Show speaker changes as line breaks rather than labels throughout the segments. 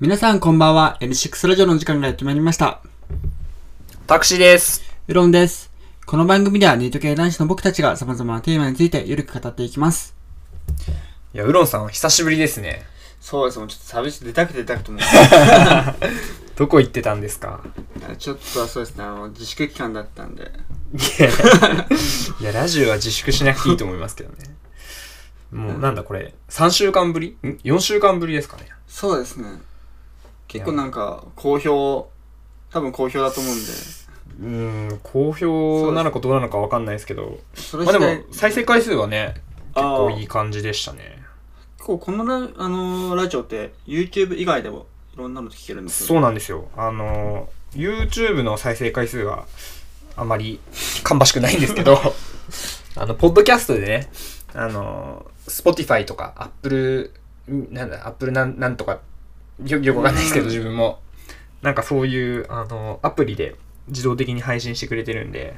皆さんこんばんは。M6 ラジオの時間がやってまいりました。
タクシーです。
うろんです。この番組ではニート系男子の僕たちが様々なテーマについてゆるく語っていきます。
いや、ウロンさん、久しぶりですね。
そうですもん、ちょっと寂しい、出たくて出たくても。
どこ行ってたんですか
ちょっとはそうですね、あの、自粛期間だったんで。
いやいや、ラジオは自粛しなくていいと思いますけどね。もう、なんだこれ、3週間ぶりん ?4 週間ぶりですかね。
そうですね。結構なんか、好評、多分好評だと思うんで。
うーん、好評なのかどうなのかわかんないですけど。
それ
まあ
次
で
第、
も、再生回数はね、結構いい
結
感じでしたね。
構このラ、あのーラジオって、YouTube 以外でもいろんなの聞けるんです
そ
よ。
うなんですよ。あの、YouTube の再生回数があまり芳しくないんですけど、 あの、ポッドキャストでね、あの、Spotify とか Apple、んなんだ、Apple なんなんとか、よよくわかんないですけど、
うん
自分も。なんかそういう、あの、アプリで自動的に配信してくれてるんで、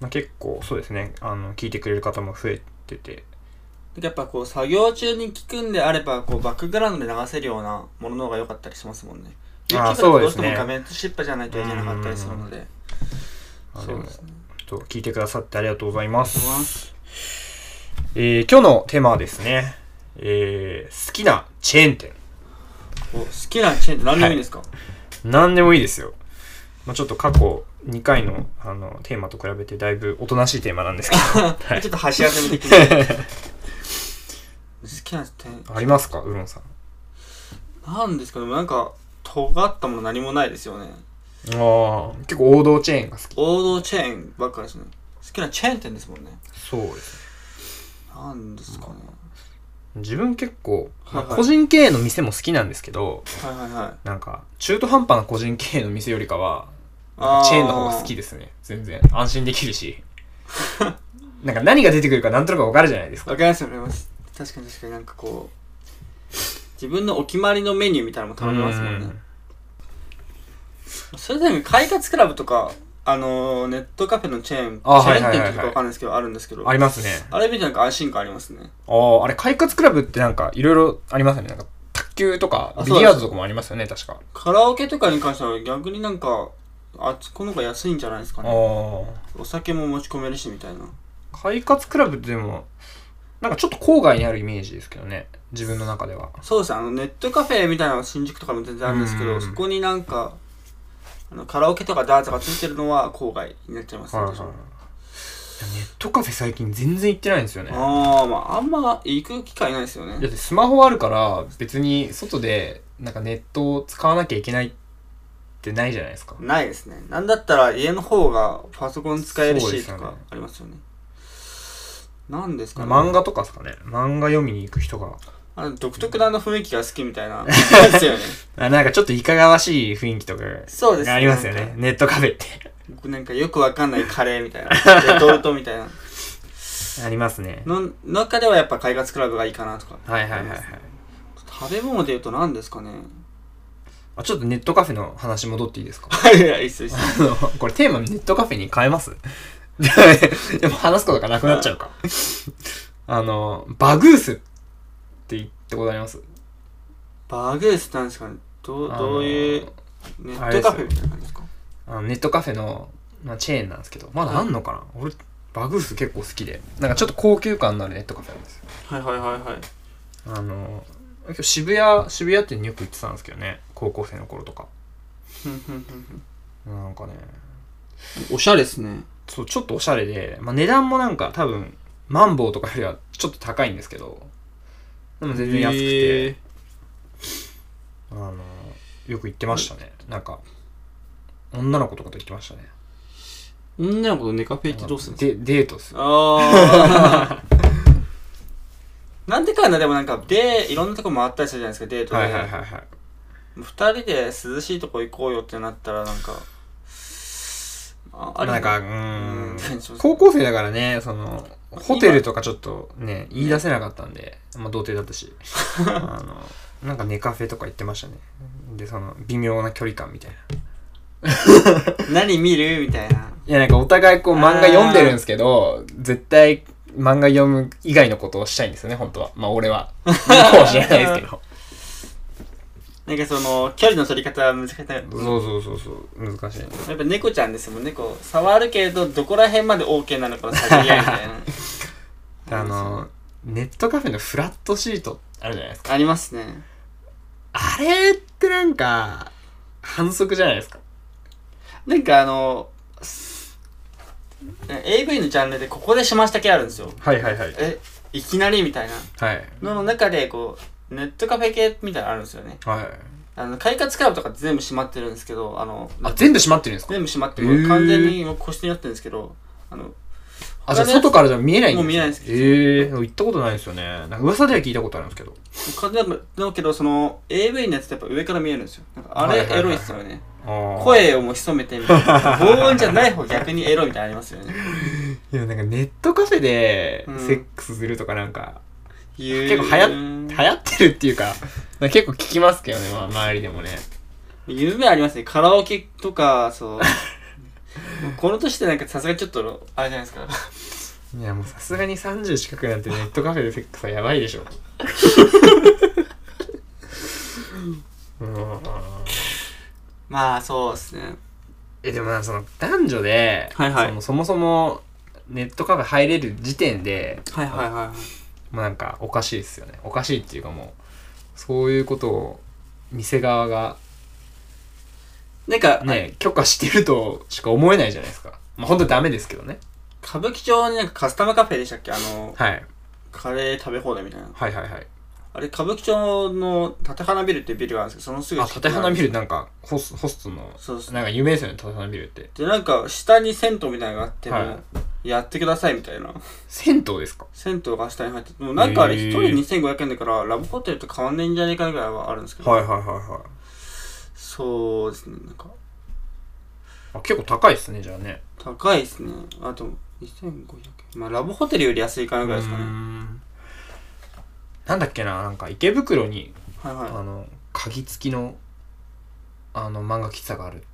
まあ、結構そうですね、あの、聞いてくれる方も増えてて、
やっぱこう、作業中に聞くんであれば、こう、バックグラウンドで流せるようなものの方が良かったりしますもんね。
あー
YouTube だ
そ
と
う
ど
で
うし
す
て
ね
も画面失敗じゃないといけなかったりするので。
あ
そ
の
うですね。
ちょっと聞いてくださってありがとうございます。
うわ
えー今日のテーマはですね、えー好きなチェーン店。
お好きなチェーンって何でもいいんですか、
何でもいいですよ。まあ、ちょっと過去2回のあのテーマと比べてだいぶおとなしいテーマなんですけど。 はい
ちょっと箸休め的に好きな点
ありますかうろんさん。
なんですかねなんか尖ったもの何もないですよね
ああ。結構王道チェーンが好き。
王道チェーンばっかりですね好きなチェーン店ですもんね
そうですね。
なんですかね
自分結構、ま
は
あ
いはい
個人経営の店も好きなんですけど、
はいはいはい
なんか中途半端な個人経営の店よりかは、
あー
チェーンの方が好きですね。全然。安心できる し。なんか何が出てくるかなんとなくわかるじゃないですか
わ。かりますわかります確かに確かになんかこう自分のお決まりのメニューみたいなのも頼めますもん
う
ねそれでも快活クラブとかあのーネットカフェのチェーンチェー
あ
ン
はいはいはい
店
はい
とかわかんないですけどあるんですけど
ありますね。
あれ見てなんか安心感ありますね
ああ、あれ、快活クラブってなんか、いろいろありますよね。なんか、卓球とか
あ、
ビリヤードとかもありますよね、確か。
カラオケとかに関しては逆になんかあっちこの方が安いんじゃないですか
あ
ね
あ。
お酒も持ち込めるしみたいな
快活クラブってでも、なんかちょっと郊外にあるイメージですけどね。自分の中では。
そうですねあのネットカフェみたいなのは新宿とかも全然あるんですけ
う
ど
ん
そこになんかあのカラオケとかダーツがついてるのは郊外になっちゃいますね、
はいはい。
私
いや
は
ネットカフェ最近全然行ってないんですよね。だ
ああまああんま行く機会ないですよね
ってスマホあるから、別に外で、なんかネットを使わなきゃいけないってないじゃないですか。
ないですねなんだったら家の方がパソコン使える
そうで
し
す
と
よね
かありますよねなんですかね
漫画とかですかね。漫画読みに行く人が。
あの独特なあの雰囲気が好きみたいなですよね
あなんかちょっといかがわしい雰囲気とか
そうですね
がありますよ
なん
ね
か。
ネットカフェって。
僕なんかよくわかんないカレーみ たいなレトルトみたいな
ありますね。
の中ではやっぱ快活クラブがいいかなとか
はいはいはいはい。
食べ物で言うと何です かね
あ、ちょっとネットカフェの話戻っていいですか
はいはいいいっすよいいっすよ
あの これテーマネットカフェに変えます でも話すことがなくなっちゃうか。あの、バグースって言ってことあります
バグースってなんですかねどう
あの
どういうネ
あ
ット
れです
カ
よ
フェみたいな感じですか
あのネットカフェの、まあ、チェーンなんですけど、まだあんのかな、俺、バグース結構好きで。なんかちょっと高級感のあるネットカフェなんですよ。
はいはいはいはい
あの、渋谷、渋谷店によく行ってたんですけどね。高校生の頃とか。
ふんふんふんふん
なんかね、
おしゃれですね
そう、ちょっとおしゃれで、まあ、値段もなんか多分、マンボウとかよりはちょっと高いんですけど、でも全然安くて、
へ
あの、よく行ってましたね。なんか、女の子とかと行ってましたね。
ー女の子とネカフェ行ってどうするんです
でデートする。
かあ あなんでかんだでもなんかでいろんなとこ回ったりするじゃないですかデートで、
はいはいはいはい。
二人で涼しいとこ行こうよってなったらなんかああれ
なんか、う
う
ーん
ん、
高校生だからね、その、ホテルとかちょっとね、言い出せなかったんで、まあ、童貞だった し、あの、なんか寝カフェとか行ってましたね。で、その、微妙な距離感みたいな。
何見るみたいない
や、なんかお互いこう漫画読んでるんですけど、絶対漫画読む 以外のことをしたいんですよね、本当は。まあ俺は。向こうは知らないですけど。
なんかその、距離の取り方は難しい。や
そうそうそうそう難しいね
っぱ猫ちゃんですもんね、こう、触るけど、どこら辺まで OK なのかを探り合いみた いな。
あのネットカフェのフラットシートあるじゃないですか
ありますね。
あれってなんか反則じゃないですか
なんかあの、AV のジャンルでここでしました系あるんですよ。
はいはいはい
え、いきなりみたいな。
はい
のの中で、こう、ネットカフェ系みたいなのあるんですよね。
はい
あの、快活クラブとか全部閉まってるんですけど、あの、
あ全部閉まってるんですか
全部閉まって
へー
る。完全にもう個室になってるんですけど、あの、
あじゃあ外からじゃ見えないん
もう見えないです
ええ行ったことないんですよねなんか噂では聞いたことあるんですけど
完全にだけど、その、AV のやつってやっぱ上から見えるんですよ。なんかあ
はい
れ
はいはい
エロいっすよね。
声
声をもう潜めてみたい な。防音じゃない方逆にエロいみたいなのありますよね。
いやなんかネットカフェで
うん
セックスするとかなんか、
結
結構流行流行ってるっていうかなんか結構聞きますけどね、まあ、 周りでもね
夢ありますねカラオケとか そうこの年でなんかさすがにちょっとあれじゃないですか
いやもうさすがに30近くなってネットカフェでセックスはやばい でしょうん
まあそうですね
えでもなその男女で、
はいはい
そのそもそもネットカフェ入れる時点で
はいはいは
まあなんかおかしいですよねおかしいっていうかもうそういうことを店側が
いなんか、
ね許可してるとしか思えないじゃないですかまあ本当にダメですけどね、
歌舞伎町になんかカスタムカフェでしたっけあの
はい、
カレー食べ放題みたいな
はいはいはい
あれ歌舞伎町の立花ビルっていうビルがあるんですけどそのすぐ
あ縦花ビ
ル
ルなんかホスホストの
そうですね
なんか有名ですよね縦花ビルって
でなんか下に銭湯みたいなのがあって、
は
やってくださいみたいな
銭湯ですか
銭湯が下に入ってもうなんかあれ1人
へー
2500円だからラブホテルと変わんないんじゃないかなぐらいはあるんですけど、
いはいはいはい
そうですねなんか
あ結構高いですねじゃあね
高いですねあと2500円まあラブホテルより安いかなぐらいですか
うー
ね
んなんだっけななんか池袋に
はい
あ
は
の鍵付きのあの漫画喫茶がある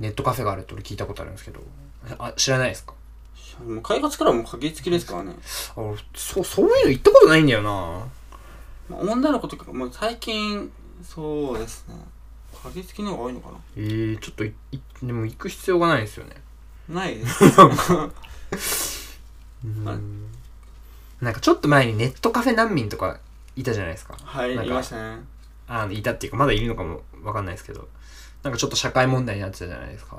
ネットカフェがあるって俺聞いたことあるんですけどあ知らないですか
いもう開発からも鍵付きですからね、
あ俺そそういうの行ったことないんだよな
まあ、女の子とかもう最近そうですね鍵付きの方が多いのか
えー、ちょっといいでも行く必要がないですよね
なないです はい
なんかちょっと前にネットカフェ難民とかいたじゃないですか
はい
なんか
いましたね
あのいたっていうかまだいるのかもわかんないですけどなんかちょっと社会問題になってたじゃないですか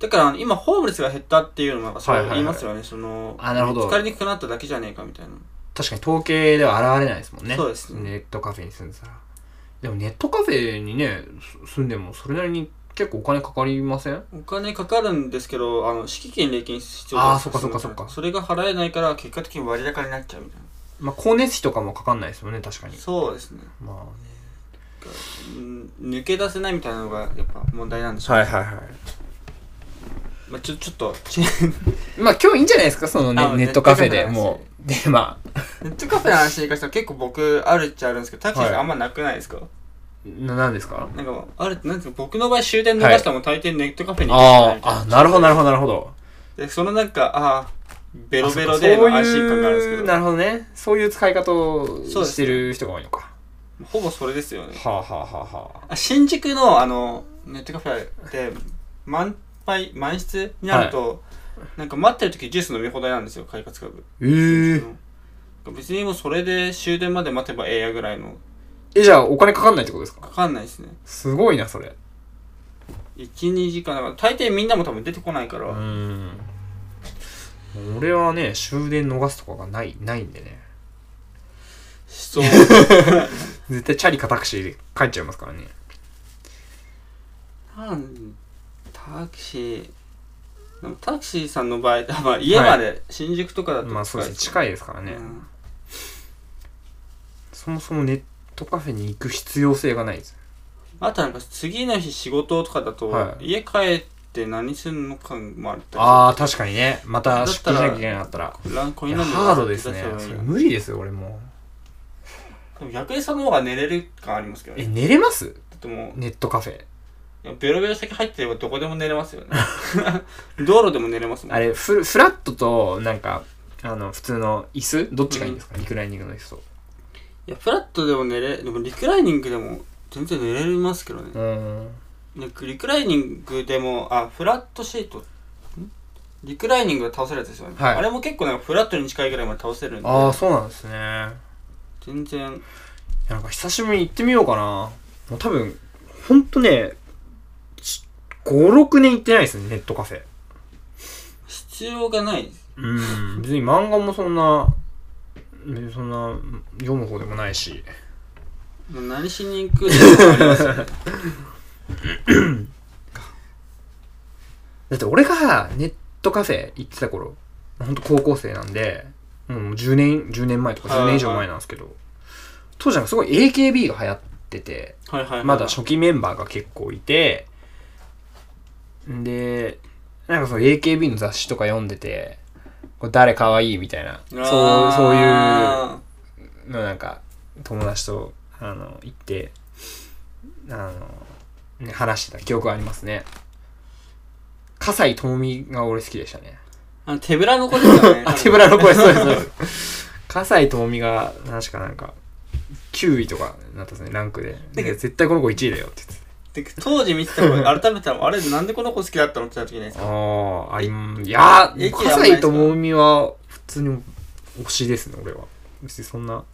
だからあの今ホームレスが減ったっていうのもなんかそ
はいうはいはい
言いますよね、その
あなるほど
疲れにくくなっただけじゃねえかみたいな
確かに統計では現れないですもんね
そうですね
ネットカフェに住んでたらでもネットカフェにねす住んでもそれなりに結構お金かかりません
お金かかるんですけどあの敷金礼金必要
あー
です
そっかそっかそっか
それが払えないから結果的に割高になっちゃうみたいな
まあ光熱費とかもかかんないですもんね確かに
そうですね
まあね
うん抜け出せないみたいなのがやっぱ問題なんでしょう、
はいはいはい
まあ、ちょちょっとち
まあ今日いいんじゃないですかその
あの
ねネットカフェで
ネットカフェの話
もうでまあ
ネットカフェの話に関しては結構僕あるっちゃあるんですけどタクシーさん
はい
あんまなくないですか、
ななんですか
なんかあるってなんていうの僕の場合終電逃したらもう大抵ネットカフェに行くしかない
あ
みたい
ああなるほどなるほどなるほど
なでそのなんかああベロベロ
あ
で
そう
の
か
安
そ
心
う
感があるんです
いう
けど
なるほどねそういう使い方を
そうですね
してる人が多いのか
ほぼそれですよね
はあはあはあはあ
あ新宿のあのネットカフェで満杯満室になると、なんか待ってる時ジュース飲み放題なんですよ快活クラブ
えー、
別にもうそれで終電まで待てばええやぐらいの
えじゃあお金かかんないってことですか
かかんないですね
すごいなそれ
12時間だから大抵みんなも多分出てこないから、
うーん俺はね終電逃すとかがないないんでね
そう
絶対チャリかタクシーで帰っちゃいますからね
なんタクシーでもタクシーさんの場合、まあ、家まで、新宿とかだと
まあそうですね
い
近いですからね、
うん
そもそもネットカフェに行く必要性がないです
あとなんか次の日仕事とかだと、
は
家帰って何すんのかもあったり
ああ確かにねまた
だ
出
った
勤
ら
しなきゃいけなかったら
ランコ
い
イン
や
ランドリー
ハードです
出
ね
せばいい
それ無理ですよ俺も
でも逆にその方が寝れる感ありますけど
え
ね
寝れます
だっても
ネットカフェ
うベロベロ先入ってればどこでも寝れますよね 道路でも寝れますもん
あれフルフラットとなんかあの普通の椅子どっちがいいんですか、リクライニングの椅子と
いや、フラットでも寝れ、でもリクライニングでも全然寝れますけどね
うん。
でリクライニングでもあフラットシートんリクライニングが倒せるやつですよね、
はい
あれも結構なんかフラットに近いぐらいまで倒せるんで
ああ、そうなんですね。いや
全然
なんか久しぶりに行ってみようかな。もう多分、ほんとね、ち5、6年行ってないですね、ネットカフェ。
必要がないです
うん。別に漫画もそんな、別にそんな読む方でもないし。
もう何しに行くでもあり ますよね
だって俺がネットカフェ行ってた頃、ほんと高校生なんで、もう10年、10年前とか10年以上前なんですけど、当時なんかすごい AKB が流行ってて、
はいはい、はい、
まだ初期メンバーが結構いて、んで、なんかその AKB の雑誌とか読んでて、これ誰かわいいみたいな、そう、そういう
あ
のなんか友達と、あの、行って、あの、ね、話してた記憶がありますね。笠井智美が俺好きでしたね。
ーあの手ぶらの子ですよね
あ、手ぶらの声、そうです、そうです。笠井智美が、確かなんか、9位とかなったんですね、ランクで。
だけど
で絶対この子1位だよって言って
で当時見てた頃改めてあれなんでこの子好きだったのってなった時に
た。ああ、あり、いやー、
駅はあんま
笠
り
井智美は、普通に推しですね、俺は。別にそんな、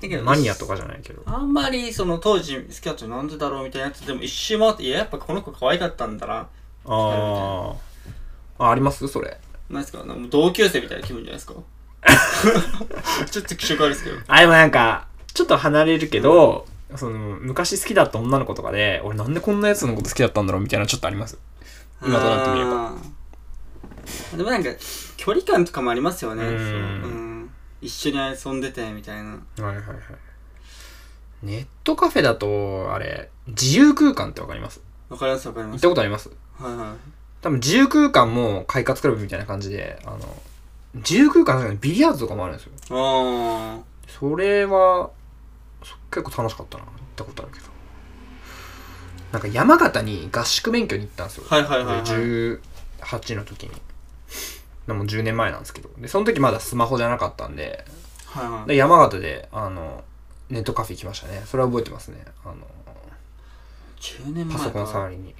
だけど
マニアとかじゃないけど。
あんまりその当時好きだったのなんでだろうみたいなやつでも一周回っていややっぱこの子可愛かったんだな
あーあ、ありますそれ。
なんですかなんかもう同級生みたいな気分じゃないですかちょっと気色悪いですけど
あ、でもなんか、ちょっと離れるけど、その、昔好きだった女の子とかで、俺なんでこんなやつのこと好きだったんだろうみたいなちょっとあります。今となってみれば
ばでもなんか距離感とかもありますよね
う
そう
ん
うん一緒に遊んでてみたいな
はいはいはい。ネットカフェだと、あれ、自由空間ってわかります
わかりますわかり
行
ま
っ
す
たことあります
はいはい
多分自由空間も快活クラブみたいな感じで、あの、自由空間のビリヤードとかもあるんですよ。
あ
それは、そ結構楽しかったな。行ったことあるけど。なんか山形に合宿免許に行ったんですよ。
あはいはいはい、はい、
俺18の時に。でも10年前なんですけど。で、その時まだスマホじゃなかったんで、
はいはい
で山形で、あの、ネットカフェ行きましたね。それは覚えてますね。あの、
10年
パ
前
ソコン触
か
りに。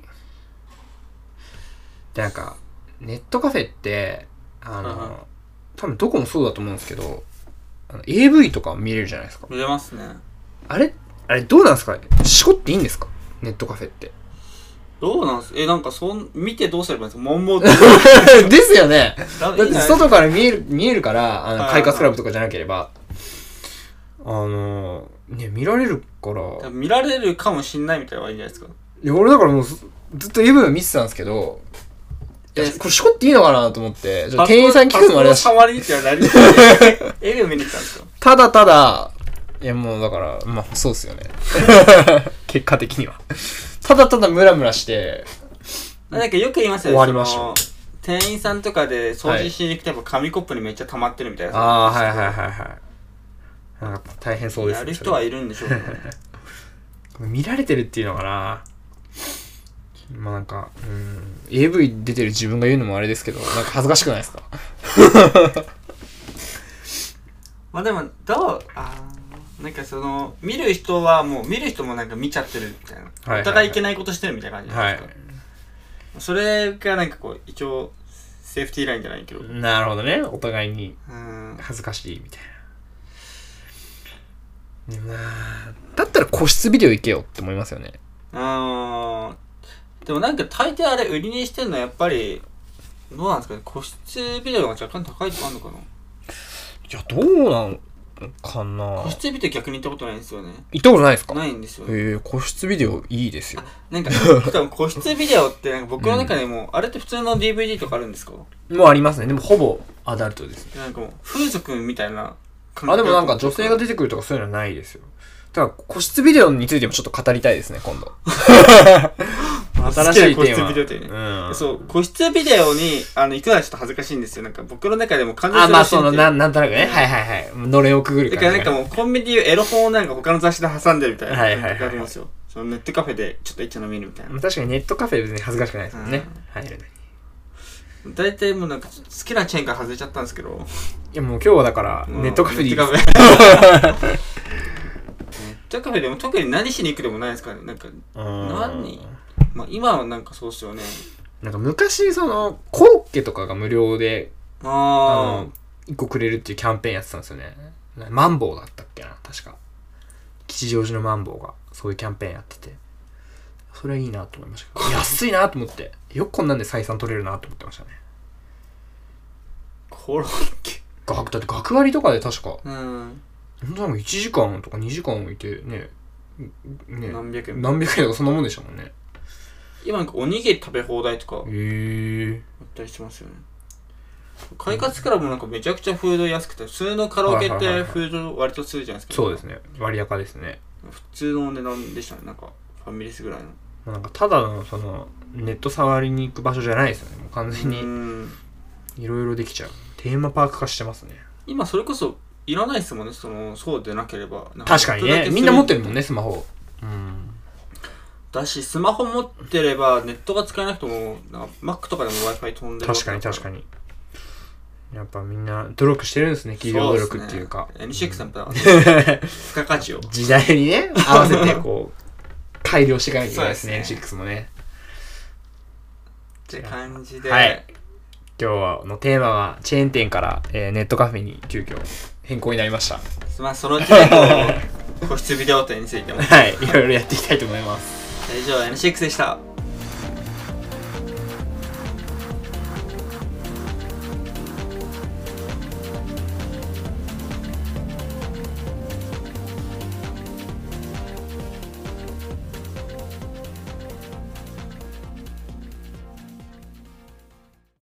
で、なんか、ネットカフェって、あの、
はいはい
多分どこもそうだと思うんですけど、あの AV とか見れるじゃないですか。
見れますね
あれあれどうなんですかしこっていいんですかネットカ フェって。
どうなんすえなんかそん見てどうすればいいんですか モンモンと
ですよね
だ
だって外から見える、見えるから、あの、
はい
快活クラブとかじゃなければ、あの、ね、見られるから、
見られるかもしんないみたいなのがいいんじゃないですか
いや、俺だからもうず、ずっと AV を見てたんですけど、いや
え
これしこっていいのかなと思って、ちょっと店員さんに聞くのもあれだし
パ、ソコン触りって言われ たえ絵を見に来たんですか
ただただ、いやもうだから、まあそうっ すよね。結果的には。ただただムラムラして、
なんかよく言いますよね
終わりました
その店員さんとかで掃除しに行くとやっぱ紙コップにめっちゃ溜まってるみたいな
ああ、はいはいはいはい。なんか大変そうです
やる
ね。
人はいるんでしょうね
見られてるっていうのかなまあなんか、うん、AV 出てる自分が言うのもあれですけど、なんか恥ずかしくないですか
まあでもどうあーなんかその見る人はもう見る人もなんか見ちゃってるみたいな、
いはい
お互いいけないことしてるみたいな感じじゃないですか、それがなんかこう一応セーフティーラインじゃないけどうん
なるほどね。お互いに
ん
恥ずかしいみたいな。でもなあだったら個室ビデオ行けよって思いますよね。
あーでもなんか大抵あれ売りにしてるのはやっぱりどうなんですかね個室ビデオが若干高いとかあるのかない
や、どうなんかな
個室ビデオ逆に行ったことないんですよね
行ったことないですか
ないんですよね
えー、個室ビデオいいですよ。
なんか、多分個室ビデオってなんか僕の中でも、あれって普通の DVD とかあるんですか
もうありますね。でもほぼアダルトですね。
なんかもう、風俗みたいな感
あ、でもなんか女性が出てくるとかそういうのはないですよ。だから個室ビデオについてもちょっと語りたいですね、今度。新しい
個室
テーマ。
ビデオってね。
うん。
そう、個室ビデオにあの行くのはちょっと恥ずかしいんですよ。なんか僕の中でも完全
あ、まあその、な
なん
なんとなくね。はいはいはい。のれんをくぐる
だ
感
か
じ
ら
が
なんかもうコンビニでいうエロ本をなんか他の雑誌で挟んでるみたいな
はいはいはいは
感
い
覚ありますよ。そのネットカフェでちょっと一茶飲みるみたいな。
確かにネットカフェ別に恥ずかしくないですもんね。入るのに。
大体もうなんか好きなチェーンから外れちゃったんですけ ど。
いやもう今日はだから、ネットカフェでい
ネ
いで
ッ
す
トカフェ。ネッットカフェでも特に何しに行くでもないですからね。なんか、
何
まあ今はなんかそうですよね。
なんか昔、その、コロッケとかが無料で、あ
あ
の、一個くれるっていうキャンペーンやってたんですよね。なマンボウだったっけな、確か。吉祥寺のマンボウが、そういうキャンペーンやってて。それはいいなと思い ましたけど。安いなと思って。よくこんなんで採算取れるなと思ってましたね。
あ、コロッケ。
学、だって学割とかで確か、
うん。
そんなの1時間とか2時間置いて、ね、ね、
何百円。
何百円とかそんなもんでしたもんね。
今なんかおにぎり食べ放題とか
へえ
売ったりしてますよね。快活クラブもなんかめちゃくちゃフード安くて、普通のカラオケっ
はいはいはい
て
はい
フード割とするじゃないですか。
そうですね。割高ですね。
普通の値段でしたね。なんか、ファミレスぐらいの。
なんかただのそのネット触りに行く場所じゃないですよねもう完
う
全に
ん
いろいろできちゃうテーマパーク化してますね
今それこそいらないですもんねそのそうでなければ
確かにねみんな持ってるもん
ね
ねスマホうん
だしスマホ持ってればネットが使えなくてもなんか Mac とかでも w i f i 飛んでる
確かに確か
に
にやっぱみんな努力してるんですね企業努力っていうか
N6 さんみたいな
うん
付加価値を
時代にね合わせてこう改良していかなきゃいけないですね
そう
N6 もね
って感じで、
はい今日はのテーマはチェーン店から、えーネットカフェに急遽変更になりました
まあその程度個室ビデオ店についても
はいいろいろやっていきたいと思います
以上 N6 でした